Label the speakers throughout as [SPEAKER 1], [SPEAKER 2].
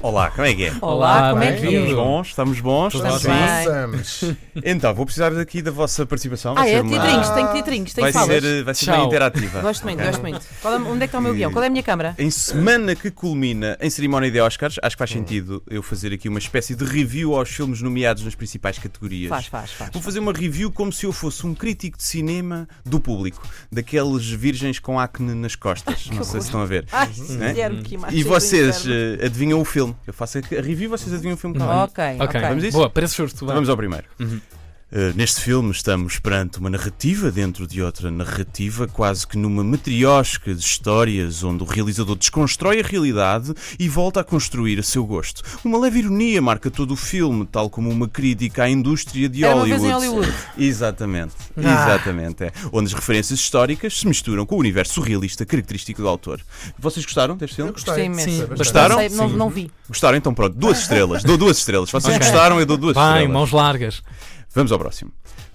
[SPEAKER 1] Olá, como é que é?
[SPEAKER 2] Olá, como é que
[SPEAKER 1] Estamos
[SPEAKER 2] é?
[SPEAKER 1] bons, estamos bons.
[SPEAKER 2] Estamos
[SPEAKER 1] estamos
[SPEAKER 2] bem.
[SPEAKER 3] Passamos.
[SPEAKER 1] bem. Então, vou precisar aqui da vossa participação.
[SPEAKER 2] Ah,
[SPEAKER 1] vai
[SPEAKER 2] é?
[SPEAKER 1] ser uma-
[SPEAKER 2] Titrinhos, tenho titrinhos, tenho
[SPEAKER 1] Vai
[SPEAKER 2] falas.
[SPEAKER 1] ser, vai ser
[SPEAKER 4] Tchau.
[SPEAKER 1] bem interativa.
[SPEAKER 2] Gosto muito,
[SPEAKER 1] Ok?
[SPEAKER 2] gosto muito. Qual é- onde é que está o meu guião? Qual é a minha câmara?
[SPEAKER 1] Em semana que culmina em cerimónia de Oscars, acho que faz sentido eu fazer aqui uma espécie de review aos filmes nomeados nas principais categorias.
[SPEAKER 2] Faz, faz, faz.
[SPEAKER 1] Vou fazer uma review como se eu fosse um crítico de cinema do público, daqueles virgens com acne nas costas. Não sei se estão a ver.
[SPEAKER 2] Ai, Ah,
[SPEAKER 1] Né?
[SPEAKER 2] Guilherme, que imagem
[SPEAKER 1] E
[SPEAKER 2] do
[SPEAKER 1] vocês
[SPEAKER 2] inferno.
[SPEAKER 1] eh, adivinham o filme. Eu faço a a review vocês adivinham o filme. também.
[SPEAKER 2] Ok,
[SPEAKER 4] Hum. Ok,
[SPEAKER 2] ok.
[SPEAKER 1] Vamos a isso?
[SPEAKER 4] boa, parece justo.
[SPEAKER 1] Então
[SPEAKER 4] vá.
[SPEAKER 1] Vamos ao primeiro.
[SPEAKER 2] Uhum.
[SPEAKER 1] Uh, neste filme estamos perante uma narrativa dentro de outra narrativa, quase que numa metriosca de histórias, onde o realizador desconstrói a realidade e volta a construir a seu gosto. Uma leve ironia marca todo o filme, tal como uma crítica à indústria de
[SPEAKER 2] Era uma
[SPEAKER 1] Hollywood.
[SPEAKER 2] vez em Hollywood. Ah.
[SPEAKER 1] Exatamente, exatamente. É. Onde as referências históricas se misturam com o universo surrealista característico do autor. Vocês gostaram deste filme?
[SPEAKER 3] Eu gostei.
[SPEAKER 2] Gostei imenso.
[SPEAKER 4] Sim,
[SPEAKER 3] Gostei bastante.
[SPEAKER 1] Gostaram?
[SPEAKER 2] Não, sei, não, não vi.
[SPEAKER 1] Gostaram? Então pronto, duas estrelas. Dou duas estrelas. Vocês
[SPEAKER 4] Ok.
[SPEAKER 1] gostaram? Eu dou duas
[SPEAKER 4] Vai,
[SPEAKER 1] estrelas.
[SPEAKER 4] mãos largas.
[SPEAKER 1] Vamos ao próximo.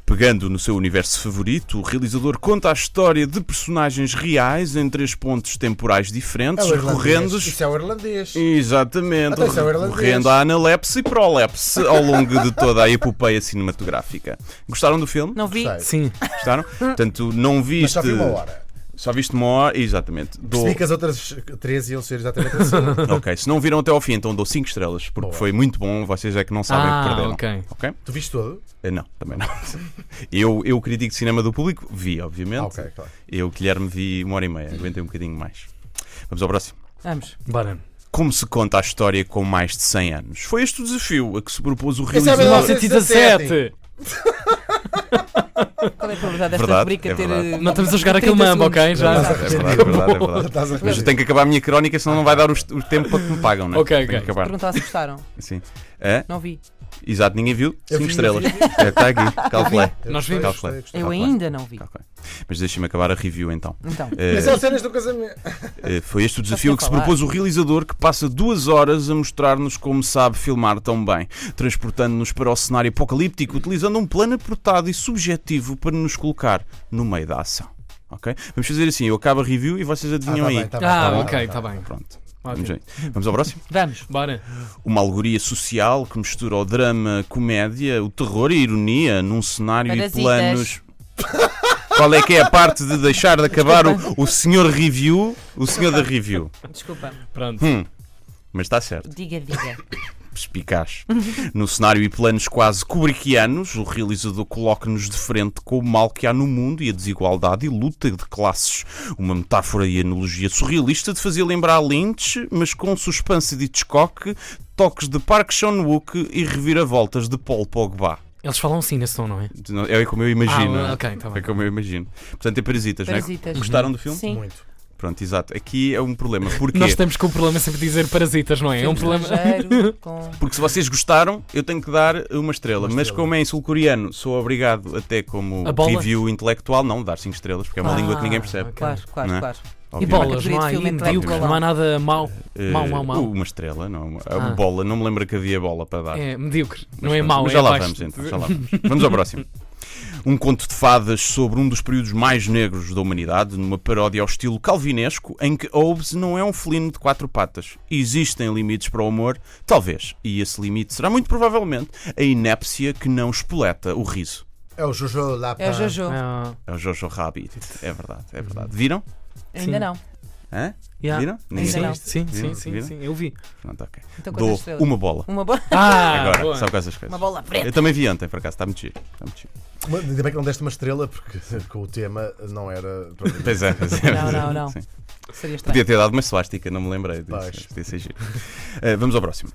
[SPEAKER 1] Pegando no seu universo favorito, o realizador conta a história de personagens reais em três pontos temporais
[SPEAKER 3] É
[SPEAKER 1] diferentes,
[SPEAKER 3] o irlandês.
[SPEAKER 1] recorrendo.
[SPEAKER 3] Isso é o irlandês.
[SPEAKER 1] Exatamente,
[SPEAKER 3] Atenção, irlandês.
[SPEAKER 1] recorrendo à analepse e prolepse ao longo de toda a epopeia cinematográfica. Gostaram do filme?
[SPEAKER 2] Não vi.
[SPEAKER 3] Gostei.
[SPEAKER 4] Sim,
[SPEAKER 1] Gostaram? Portanto, não viste.
[SPEAKER 3] Mas só vi uma hora.
[SPEAKER 1] Só viste uma hora, exatamente. Dou-
[SPEAKER 3] Percebi que as outras três iam ser exatamente assim.
[SPEAKER 1] Ok, se não viram até ao fim, então dou 5 estrelas, porque
[SPEAKER 3] Boa.
[SPEAKER 1] foi muito bom, vocês é que não sabem
[SPEAKER 4] Ah,
[SPEAKER 1] que perderam.
[SPEAKER 4] ok.
[SPEAKER 1] Ok?
[SPEAKER 3] tu viste todo?
[SPEAKER 1] Eh, Não, também não. Eu, eu critico de cinema do público, vi, obviamente.
[SPEAKER 3] Ah, ok, claro.
[SPEAKER 1] Eu, Guilherme, vi uma hora e meia, aguentei um bocadinho mais. Vamos ao próximo.
[SPEAKER 2] Vamos.
[SPEAKER 4] bora.
[SPEAKER 1] Como se conta a história com mais de 100 anos? Foi este o desafio a que se propôs o
[SPEAKER 3] Esse é
[SPEAKER 1] realizador.
[SPEAKER 4] 1917!
[SPEAKER 2] Qual é a probabilidade desta
[SPEAKER 1] Verdade,
[SPEAKER 2] rubrica
[SPEAKER 1] é
[SPEAKER 2] ter.
[SPEAKER 1] verdade.
[SPEAKER 2] eh,
[SPEAKER 4] Não estamos a jogar
[SPEAKER 2] 30
[SPEAKER 4] aquele mambo,
[SPEAKER 2] segundos?
[SPEAKER 4] ok? Já.
[SPEAKER 1] É
[SPEAKER 3] assim.
[SPEAKER 1] verdade, é verdade, é verdade.
[SPEAKER 3] Estás a
[SPEAKER 1] Mas eu
[SPEAKER 3] rir.
[SPEAKER 1] tenho que acabar a minha crónica, senão não vai dar o, est- o tempo para que me pagam, não é?
[SPEAKER 4] Ok,
[SPEAKER 1] Tenho que
[SPEAKER 4] ok.
[SPEAKER 1] acabar.
[SPEAKER 2] Perguntar se gostaram.
[SPEAKER 1] Sim. É?
[SPEAKER 2] Não vi.
[SPEAKER 1] Exato, ninguém viu?
[SPEAKER 3] Eu
[SPEAKER 1] 5
[SPEAKER 3] vi,
[SPEAKER 1] estrelas.
[SPEAKER 3] eu
[SPEAKER 1] É, Está aqui, calculei.
[SPEAKER 3] Eu
[SPEAKER 4] Nós
[SPEAKER 3] gostei,
[SPEAKER 4] vimos.
[SPEAKER 3] gostei, gostei.
[SPEAKER 2] Eu
[SPEAKER 1] Calculei.
[SPEAKER 2] ainda não vi.
[SPEAKER 1] Ok. Mas deixem-me acabar a review então.
[SPEAKER 2] Então.
[SPEAKER 1] Eh,
[SPEAKER 3] Mas é são cenas do casamento.
[SPEAKER 1] Eh, Foi este o desafio
[SPEAKER 2] a
[SPEAKER 1] a que se
[SPEAKER 2] falar.
[SPEAKER 1] propôs o realizador que passa duas horas a mostrar-nos como sabe filmar tão bem, transportando-nos para o cenário apocalíptico, utilizando um plano apertado e subjetivo para nos colocar no meio da ação. Ok? Vamos fazer assim, eu acabo a review e vocês adivinham
[SPEAKER 3] tá
[SPEAKER 1] aí.
[SPEAKER 4] Ah, ok, está bem.
[SPEAKER 1] Pronto.
[SPEAKER 4] Ótimo.
[SPEAKER 1] Vamos, aí. Vamos ao próximo?
[SPEAKER 2] Vamos.
[SPEAKER 4] Bora.
[SPEAKER 1] Uma alegoria social que mistura o drama, a comédia, o terror e a ironia num cenário
[SPEAKER 2] Parasitas.
[SPEAKER 1] e planos. Qual é que é a parte de deixar de acabar o, o senhor review? O senhor da review.
[SPEAKER 2] Desculpa.
[SPEAKER 4] Pronto.
[SPEAKER 1] Hum. Mas está certo.
[SPEAKER 2] Diga, diga.
[SPEAKER 1] perspicaz. No cenário e planos quase kubrickianos, o realizador coloca-nos de frente com o mal que há no mundo e a desigualdade e luta de classes. Uma metáfora e analogia surrealista de fazer lembrar Lynch, mas com suspense de Hitchcock, toques de Park Chan-wook e reviravoltas de Paul Pogba.
[SPEAKER 4] Eles falam assim nesse tom, não é?
[SPEAKER 1] É como eu imagino.
[SPEAKER 4] Ah, ok, tá
[SPEAKER 1] É
[SPEAKER 4] bem.
[SPEAKER 1] como eu imagino. Portanto, é Parasitas, não
[SPEAKER 2] Parasitas.
[SPEAKER 1] é? Gostaram do filme?
[SPEAKER 2] Sim.
[SPEAKER 3] Muito.
[SPEAKER 1] Pronto, exato. Aqui é um problema. Porquê?
[SPEAKER 4] Nós temos com o problema sempre de dizer parasitas, não é? É um problema.
[SPEAKER 2] Estrangeiro, com-
[SPEAKER 1] Porque se vocês gostaram, eu tenho que dar uma estrela.
[SPEAKER 3] Uma
[SPEAKER 1] Mas
[SPEAKER 3] estrela.
[SPEAKER 1] como é em sul-coreano, sou obrigado até como
[SPEAKER 4] A bola?
[SPEAKER 1] review intelectual, não, dar 5 estrelas, porque é uma
[SPEAKER 2] Ah,
[SPEAKER 1] língua que ninguém percebe.
[SPEAKER 4] ok.
[SPEAKER 2] Claro, claro,
[SPEAKER 1] Não é?
[SPEAKER 2] claro.
[SPEAKER 4] E
[SPEAKER 1] obviamente.
[SPEAKER 4] bolas, não há
[SPEAKER 2] Categoria de filme
[SPEAKER 4] medíocres,
[SPEAKER 2] intelectual.
[SPEAKER 4] não há nada mau.
[SPEAKER 1] Eh,
[SPEAKER 4] Mau, mau, mau.
[SPEAKER 1] Uma estrela, não. A
[SPEAKER 4] Ah.
[SPEAKER 1] bola, não me lembro que havia bola para dar.
[SPEAKER 4] É medíocre.
[SPEAKER 1] Mas
[SPEAKER 4] Não é
[SPEAKER 1] pronto,
[SPEAKER 4] mau,
[SPEAKER 1] mas
[SPEAKER 4] é
[SPEAKER 1] já lá
[SPEAKER 4] abaixo.
[SPEAKER 1] vamos então, já lá vamos. Vamos ao próximo. Um conto de fadas sobre um dos períodos mais negros da humanidade, numa paródia ao estilo calvinesco, em que Hobbes não é um felino de quatro patas. Existem limites para o humor? Talvez. E esse limite será muito provavelmente a inépcia que não espoleta o riso.
[SPEAKER 3] É o Jojo Lapin.
[SPEAKER 2] É o Jojo.
[SPEAKER 4] Ah,
[SPEAKER 1] É o Jojo Rabbit. É verdade, é verdade. Viram?
[SPEAKER 2] Ainda não.
[SPEAKER 1] Hã?
[SPEAKER 4] yeah.
[SPEAKER 1] Viram? Ninguém
[SPEAKER 2] Ainda
[SPEAKER 4] Sim,
[SPEAKER 2] não.
[SPEAKER 1] viu?
[SPEAKER 4] Sim,
[SPEAKER 1] Viram?
[SPEAKER 4] sim, sim,
[SPEAKER 1] Viram?
[SPEAKER 4] sim, eu vi.
[SPEAKER 1] Pronto, ok.
[SPEAKER 2] Então quantas
[SPEAKER 1] Dou
[SPEAKER 2] estrelas?
[SPEAKER 1] uma bola.
[SPEAKER 2] Uma bola.
[SPEAKER 4] Ah,
[SPEAKER 1] Agora,
[SPEAKER 4] boa.
[SPEAKER 1] sabe com essas coisas.
[SPEAKER 2] Uma bola preta.
[SPEAKER 1] Eu também vi ontem, por acaso, está muito giro. Está muito giro.
[SPEAKER 3] Mas Ainda bem que não deste uma estrela, porque com o tema não era.
[SPEAKER 1] Pois é, pois é.
[SPEAKER 2] Não, não, não.
[SPEAKER 1] Sim.
[SPEAKER 2] Seria estranho.
[SPEAKER 1] Podia ter dado uma suástica, não me lembrei disso.
[SPEAKER 3] Pois.
[SPEAKER 1] Podia ser giro. Eh, vamos ao próximo.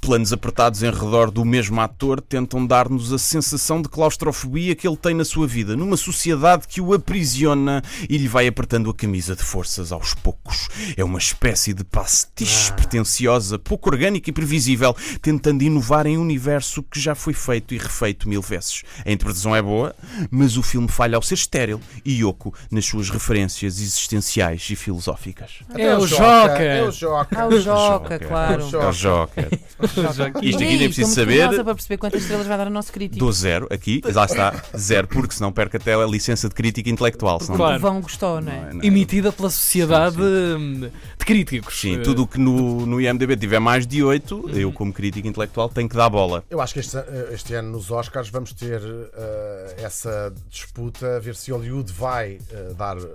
[SPEAKER 1] Planos apertados em redor do mesmo ator tentam dar-nos a sensação de claustrofobia que ele tem na sua vida, numa sociedade que o aprisiona e lhe vai apertando a camisa de forças aos poucos. É uma espécie de
[SPEAKER 3] Ah.
[SPEAKER 1] pastiche pretenciosa, pouco orgânica e previsível, tentando inovar em um universo que já foi feito e refeito mil vezes. A interpretação é boa, mas o filme falha ao ser estéril e oco nas suas referências existenciais e filosóficas.
[SPEAKER 4] É o Joker.
[SPEAKER 3] É o Joker.
[SPEAKER 2] Ah, o Joca,
[SPEAKER 1] Joker.
[SPEAKER 2] claro.
[SPEAKER 3] É o
[SPEAKER 1] Joker. Isto
[SPEAKER 2] E
[SPEAKER 1] aqui
[SPEAKER 2] aí,
[SPEAKER 1] nem preciso
[SPEAKER 2] estou muito
[SPEAKER 1] saber.
[SPEAKER 2] curiosa para perceber quantas estrelas vai dar o nosso crítico.
[SPEAKER 1] Dou zero aqui, lá está, zero, porque senão perco até a licença de crítica intelectual. senão-
[SPEAKER 4] Claro.
[SPEAKER 2] O Vão gostou, não é?
[SPEAKER 1] Não é?
[SPEAKER 4] Emitida pela sociedade hum, de críticos.
[SPEAKER 2] É.
[SPEAKER 1] Sim,
[SPEAKER 4] Eh,
[SPEAKER 1] tudo o que no, no IMDB tiver mais de 8, eu, como crítico intelectual, tenho que dar bola.
[SPEAKER 3] Eu acho que este, este ano nos Oscars vamos ter eh, essa disputa, a ver se Hollywood vai eh, dar eh,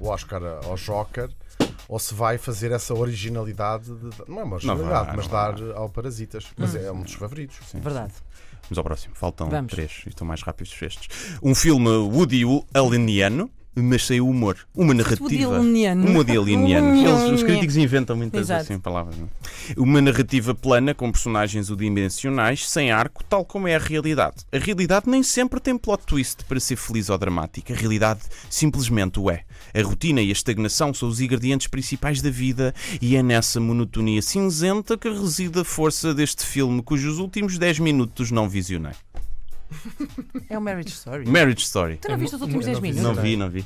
[SPEAKER 3] o Oscar ao Joker ou se vai fazer essa originalidade, de- não é uma originalidade,
[SPEAKER 1] vai,
[SPEAKER 3] mas
[SPEAKER 1] não
[SPEAKER 3] dar
[SPEAKER 1] vai.
[SPEAKER 3] ao Parasitas. Mas é um dos favoritos.
[SPEAKER 2] Verdade.
[SPEAKER 1] Vamos ao próximo, faltam
[SPEAKER 2] Vamos.
[SPEAKER 1] três, e estão mais rápidos estes. Um filme Woody Alleniano, mas sem o humor. Uma
[SPEAKER 2] Woody
[SPEAKER 1] narrativa.
[SPEAKER 2] Aleniano. Hum.
[SPEAKER 1] Um Woody Aleniano.
[SPEAKER 2] Aleniano.
[SPEAKER 1] Eles- os críticos inventam muitas
[SPEAKER 2] Exato.
[SPEAKER 1] assim palavras. não é? Uma narrativa plana com personagens unidimensionais, sem arco, tal como é a realidade. A realidade nem sempre tem plot twist para ser feliz ou dramática. A realidade simplesmente o é. A rotina e a estagnação são os ingredientes principais da vida e é nessa monotonia cinzenta que reside a força deste filme, cujos últimos 10 minutos não visionei.
[SPEAKER 2] É o Marriage Story.
[SPEAKER 1] Marriage Story.
[SPEAKER 2] Tu não viste os últimos
[SPEAKER 3] Eu
[SPEAKER 2] 10
[SPEAKER 3] não vi.
[SPEAKER 2] minutos?
[SPEAKER 1] Não vi, não vi.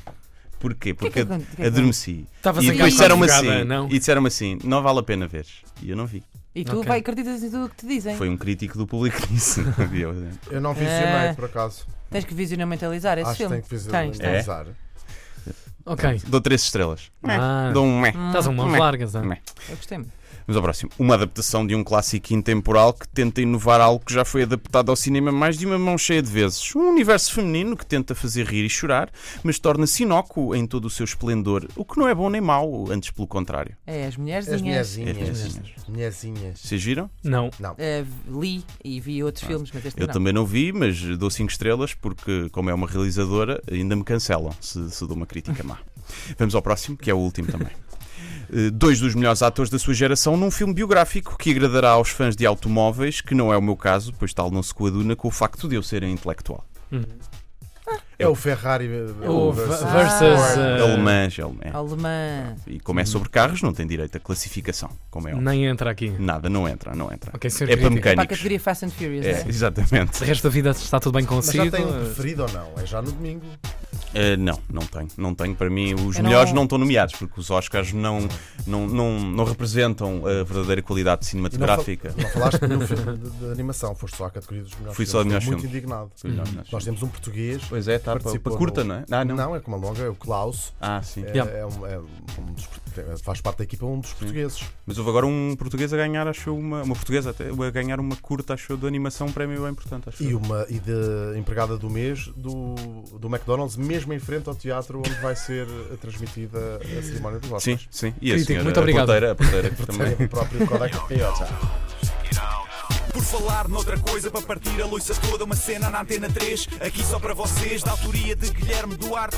[SPEAKER 1] Porquê?
[SPEAKER 2] que
[SPEAKER 1] Porque
[SPEAKER 2] é que aconte- que é que
[SPEAKER 1] adormeci.
[SPEAKER 4] Estavas
[SPEAKER 1] E
[SPEAKER 4] a
[SPEAKER 1] depois
[SPEAKER 4] ficar
[SPEAKER 1] disseram-me
[SPEAKER 4] conjugada,
[SPEAKER 1] assim,
[SPEAKER 4] não?
[SPEAKER 1] e disseram assim, não vale a pena ver. E eu não vi.
[SPEAKER 2] E tu
[SPEAKER 4] Ok.
[SPEAKER 2] vai acreditas em tudo o que te dizem.
[SPEAKER 1] Foi um crítico do público que disse. né? E eu,
[SPEAKER 3] Eu não visionei,
[SPEAKER 2] É.
[SPEAKER 3] por acaso.
[SPEAKER 2] Tens que visionamentalizar esse
[SPEAKER 3] acho que
[SPEAKER 2] filme.
[SPEAKER 3] tenho que
[SPEAKER 2] Tens, tens.
[SPEAKER 3] visualizar.
[SPEAKER 4] Ok.
[SPEAKER 1] Dou três estrelas.
[SPEAKER 4] Ah,
[SPEAKER 1] Dou um meh.
[SPEAKER 4] estás a mãos
[SPEAKER 1] Meh.
[SPEAKER 4] largas, ah.
[SPEAKER 1] Meh.
[SPEAKER 2] Eu gostei-me.
[SPEAKER 1] Vamos ao próximo. Uma adaptação de um clássico intemporal que tenta inovar algo que já foi adaptado ao cinema mais de uma mão cheia de vezes. Um universo feminino que tenta fazer rir e chorar, mas torna-se inócuo em todo o seu esplendor, o que não é bom nem mau, antes pelo contrário.
[SPEAKER 2] É as
[SPEAKER 3] As
[SPEAKER 2] mulherzinhas.
[SPEAKER 3] mulherzinhas.
[SPEAKER 1] Mulherzinhas.
[SPEAKER 3] Mulherzinhas.
[SPEAKER 1] Vocês viram?
[SPEAKER 4] Não.
[SPEAKER 3] Não.
[SPEAKER 2] Eh, li e vi outros filmes, mas este
[SPEAKER 1] Ah, Eu
[SPEAKER 2] não.
[SPEAKER 1] também não vi, mas dou 5 estrelas porque, como é uma realizadora, ainda me cancelam se, se dou uma crítica má. Vamos ao próximo, que é o último também. Eh, Dois dos melhores atores da sua geração num filme biográfico que agradará aos fãs de automóveis, que não é o meu caso, pois tal não se coaduna com o facto de eu ser intelectual.
[SPEAKER 4] Hum.
[SPEAKER 3] É o Ferrari. é
[SPEAKER 4] O v-
[SPEAKER 3] versus-
[SPEAKER 4] versus.
[SPEAKER 1] É
[SPEAKER 4] eh,
[SPEAKER 1] Alemã,
[SPEAKER 2] ah,
[SPEAKER 1] alemã.
[SPEAKER 2] Alemã.
[SPEAKER 1] E como é sobre carros, não tem direito a classificação, como é
[SPEAKER 2] Hum.
[SPEAKER 1] óbvio.
[SPEAKER 4] Nem entra aqui.
[SPEAKER 1] Nada, não entra, não entra.
[SPEAKER 4] Ok, senhor
[SPEAKER 1] É para
[SPEAKER 4] crítico.
[SPEAKER 2] Para a
[SPEAKER 1] mecânicos.
[SPEAKER 2] categoria Fast and Furious,
[SPEAKER 1] É,
[SPEAKER 2] não é?
[SPEAKER 1] exatamente.
[SPEAKER 4] De resto da vida está tudo bem
[SPEAKER 3] Mas
[SPEAKER 4] consigo.
[SPEAKER 3] já tem um preferido ou não? É já no domingo.
[SPEAKER 1] Uh, não, não tenho. Não tenho. Para mim, os
[SPEAKER 2] Eu
[SPEAKER 1] melhores
[SPEAKER 3] é.
[SPEAKER 2] não-
[SPEAKER 1] não estão nomeados, porque os Oscars não, não, não, não representam a verdadeira qualidade
[SPEAKER 3] E não fal-
[SPEAKER 1] cinematográfica.
[SPEAKER 3] Não falaste de nenhum filme de, de animação, foste só à categoria dos melhores
[SPEAKER 1] Fui
[SPEAKER 3] filmes.
[SPEAKER 1] só dos melhores
[SPEAKER 3] Estou muito
[SPEAKER 1] filmes.
[SPEAKER 3] indignado.
[SPEAKER 1] Melhor, não acho.
[SPEAKER 3] Nós temos um português.
[SPEAKER 1] Pois é, está para,
[SPEAKER 3] participou
[SPEAKER 1] para curta,
[SPEAKER 3] no-
[SPEAKER 1] não é? Ah, não.
[SPEAKER 3] é como uma longa, é o Klaus.
[SPEAKER 1] Ah, sim.
[SPEAKER 3] É,
[SPEAKER 4] Yeah.
[SPEAKER 3] é um, é um dos portu- é, faz parte da equipa um dos portugueses.
[SPEAKER 1] Mas houve agora um português a ganhar, achou uma. Uma portuguesa até, a ganhar uma curta, achou de animação um prémio bem importante, acho.
[SPEAKER 3] E,
[SPEAKER 1] eu.
[SPEAKER 3] uma, e de empregada do mês do, do McDonald's, mesmo em frente ao teatro onde vai ser transmitida a cerimónia dos
[SPEAKER 1] Sim,
[SPEAKER 3] Oscars.
[SPEAKER 1] sim. E a
[SPEAKER 4] Crítico,
[SPEAKER 1] senhora,
[SPEAKER 4] muito
[SPEAKER 1] a
[SPEAKER 4] obrigado.
[SPEAKER 1] porteira, a porteira que também.
[SPEAKER 3] Tem o próprio Kodak Toyota.
[SPEAKER 5] Por falar noutra coisa, para partir a louça toda, uma cena na antena 3, aqui só para vocês, da autoria de Guilherme Duarte.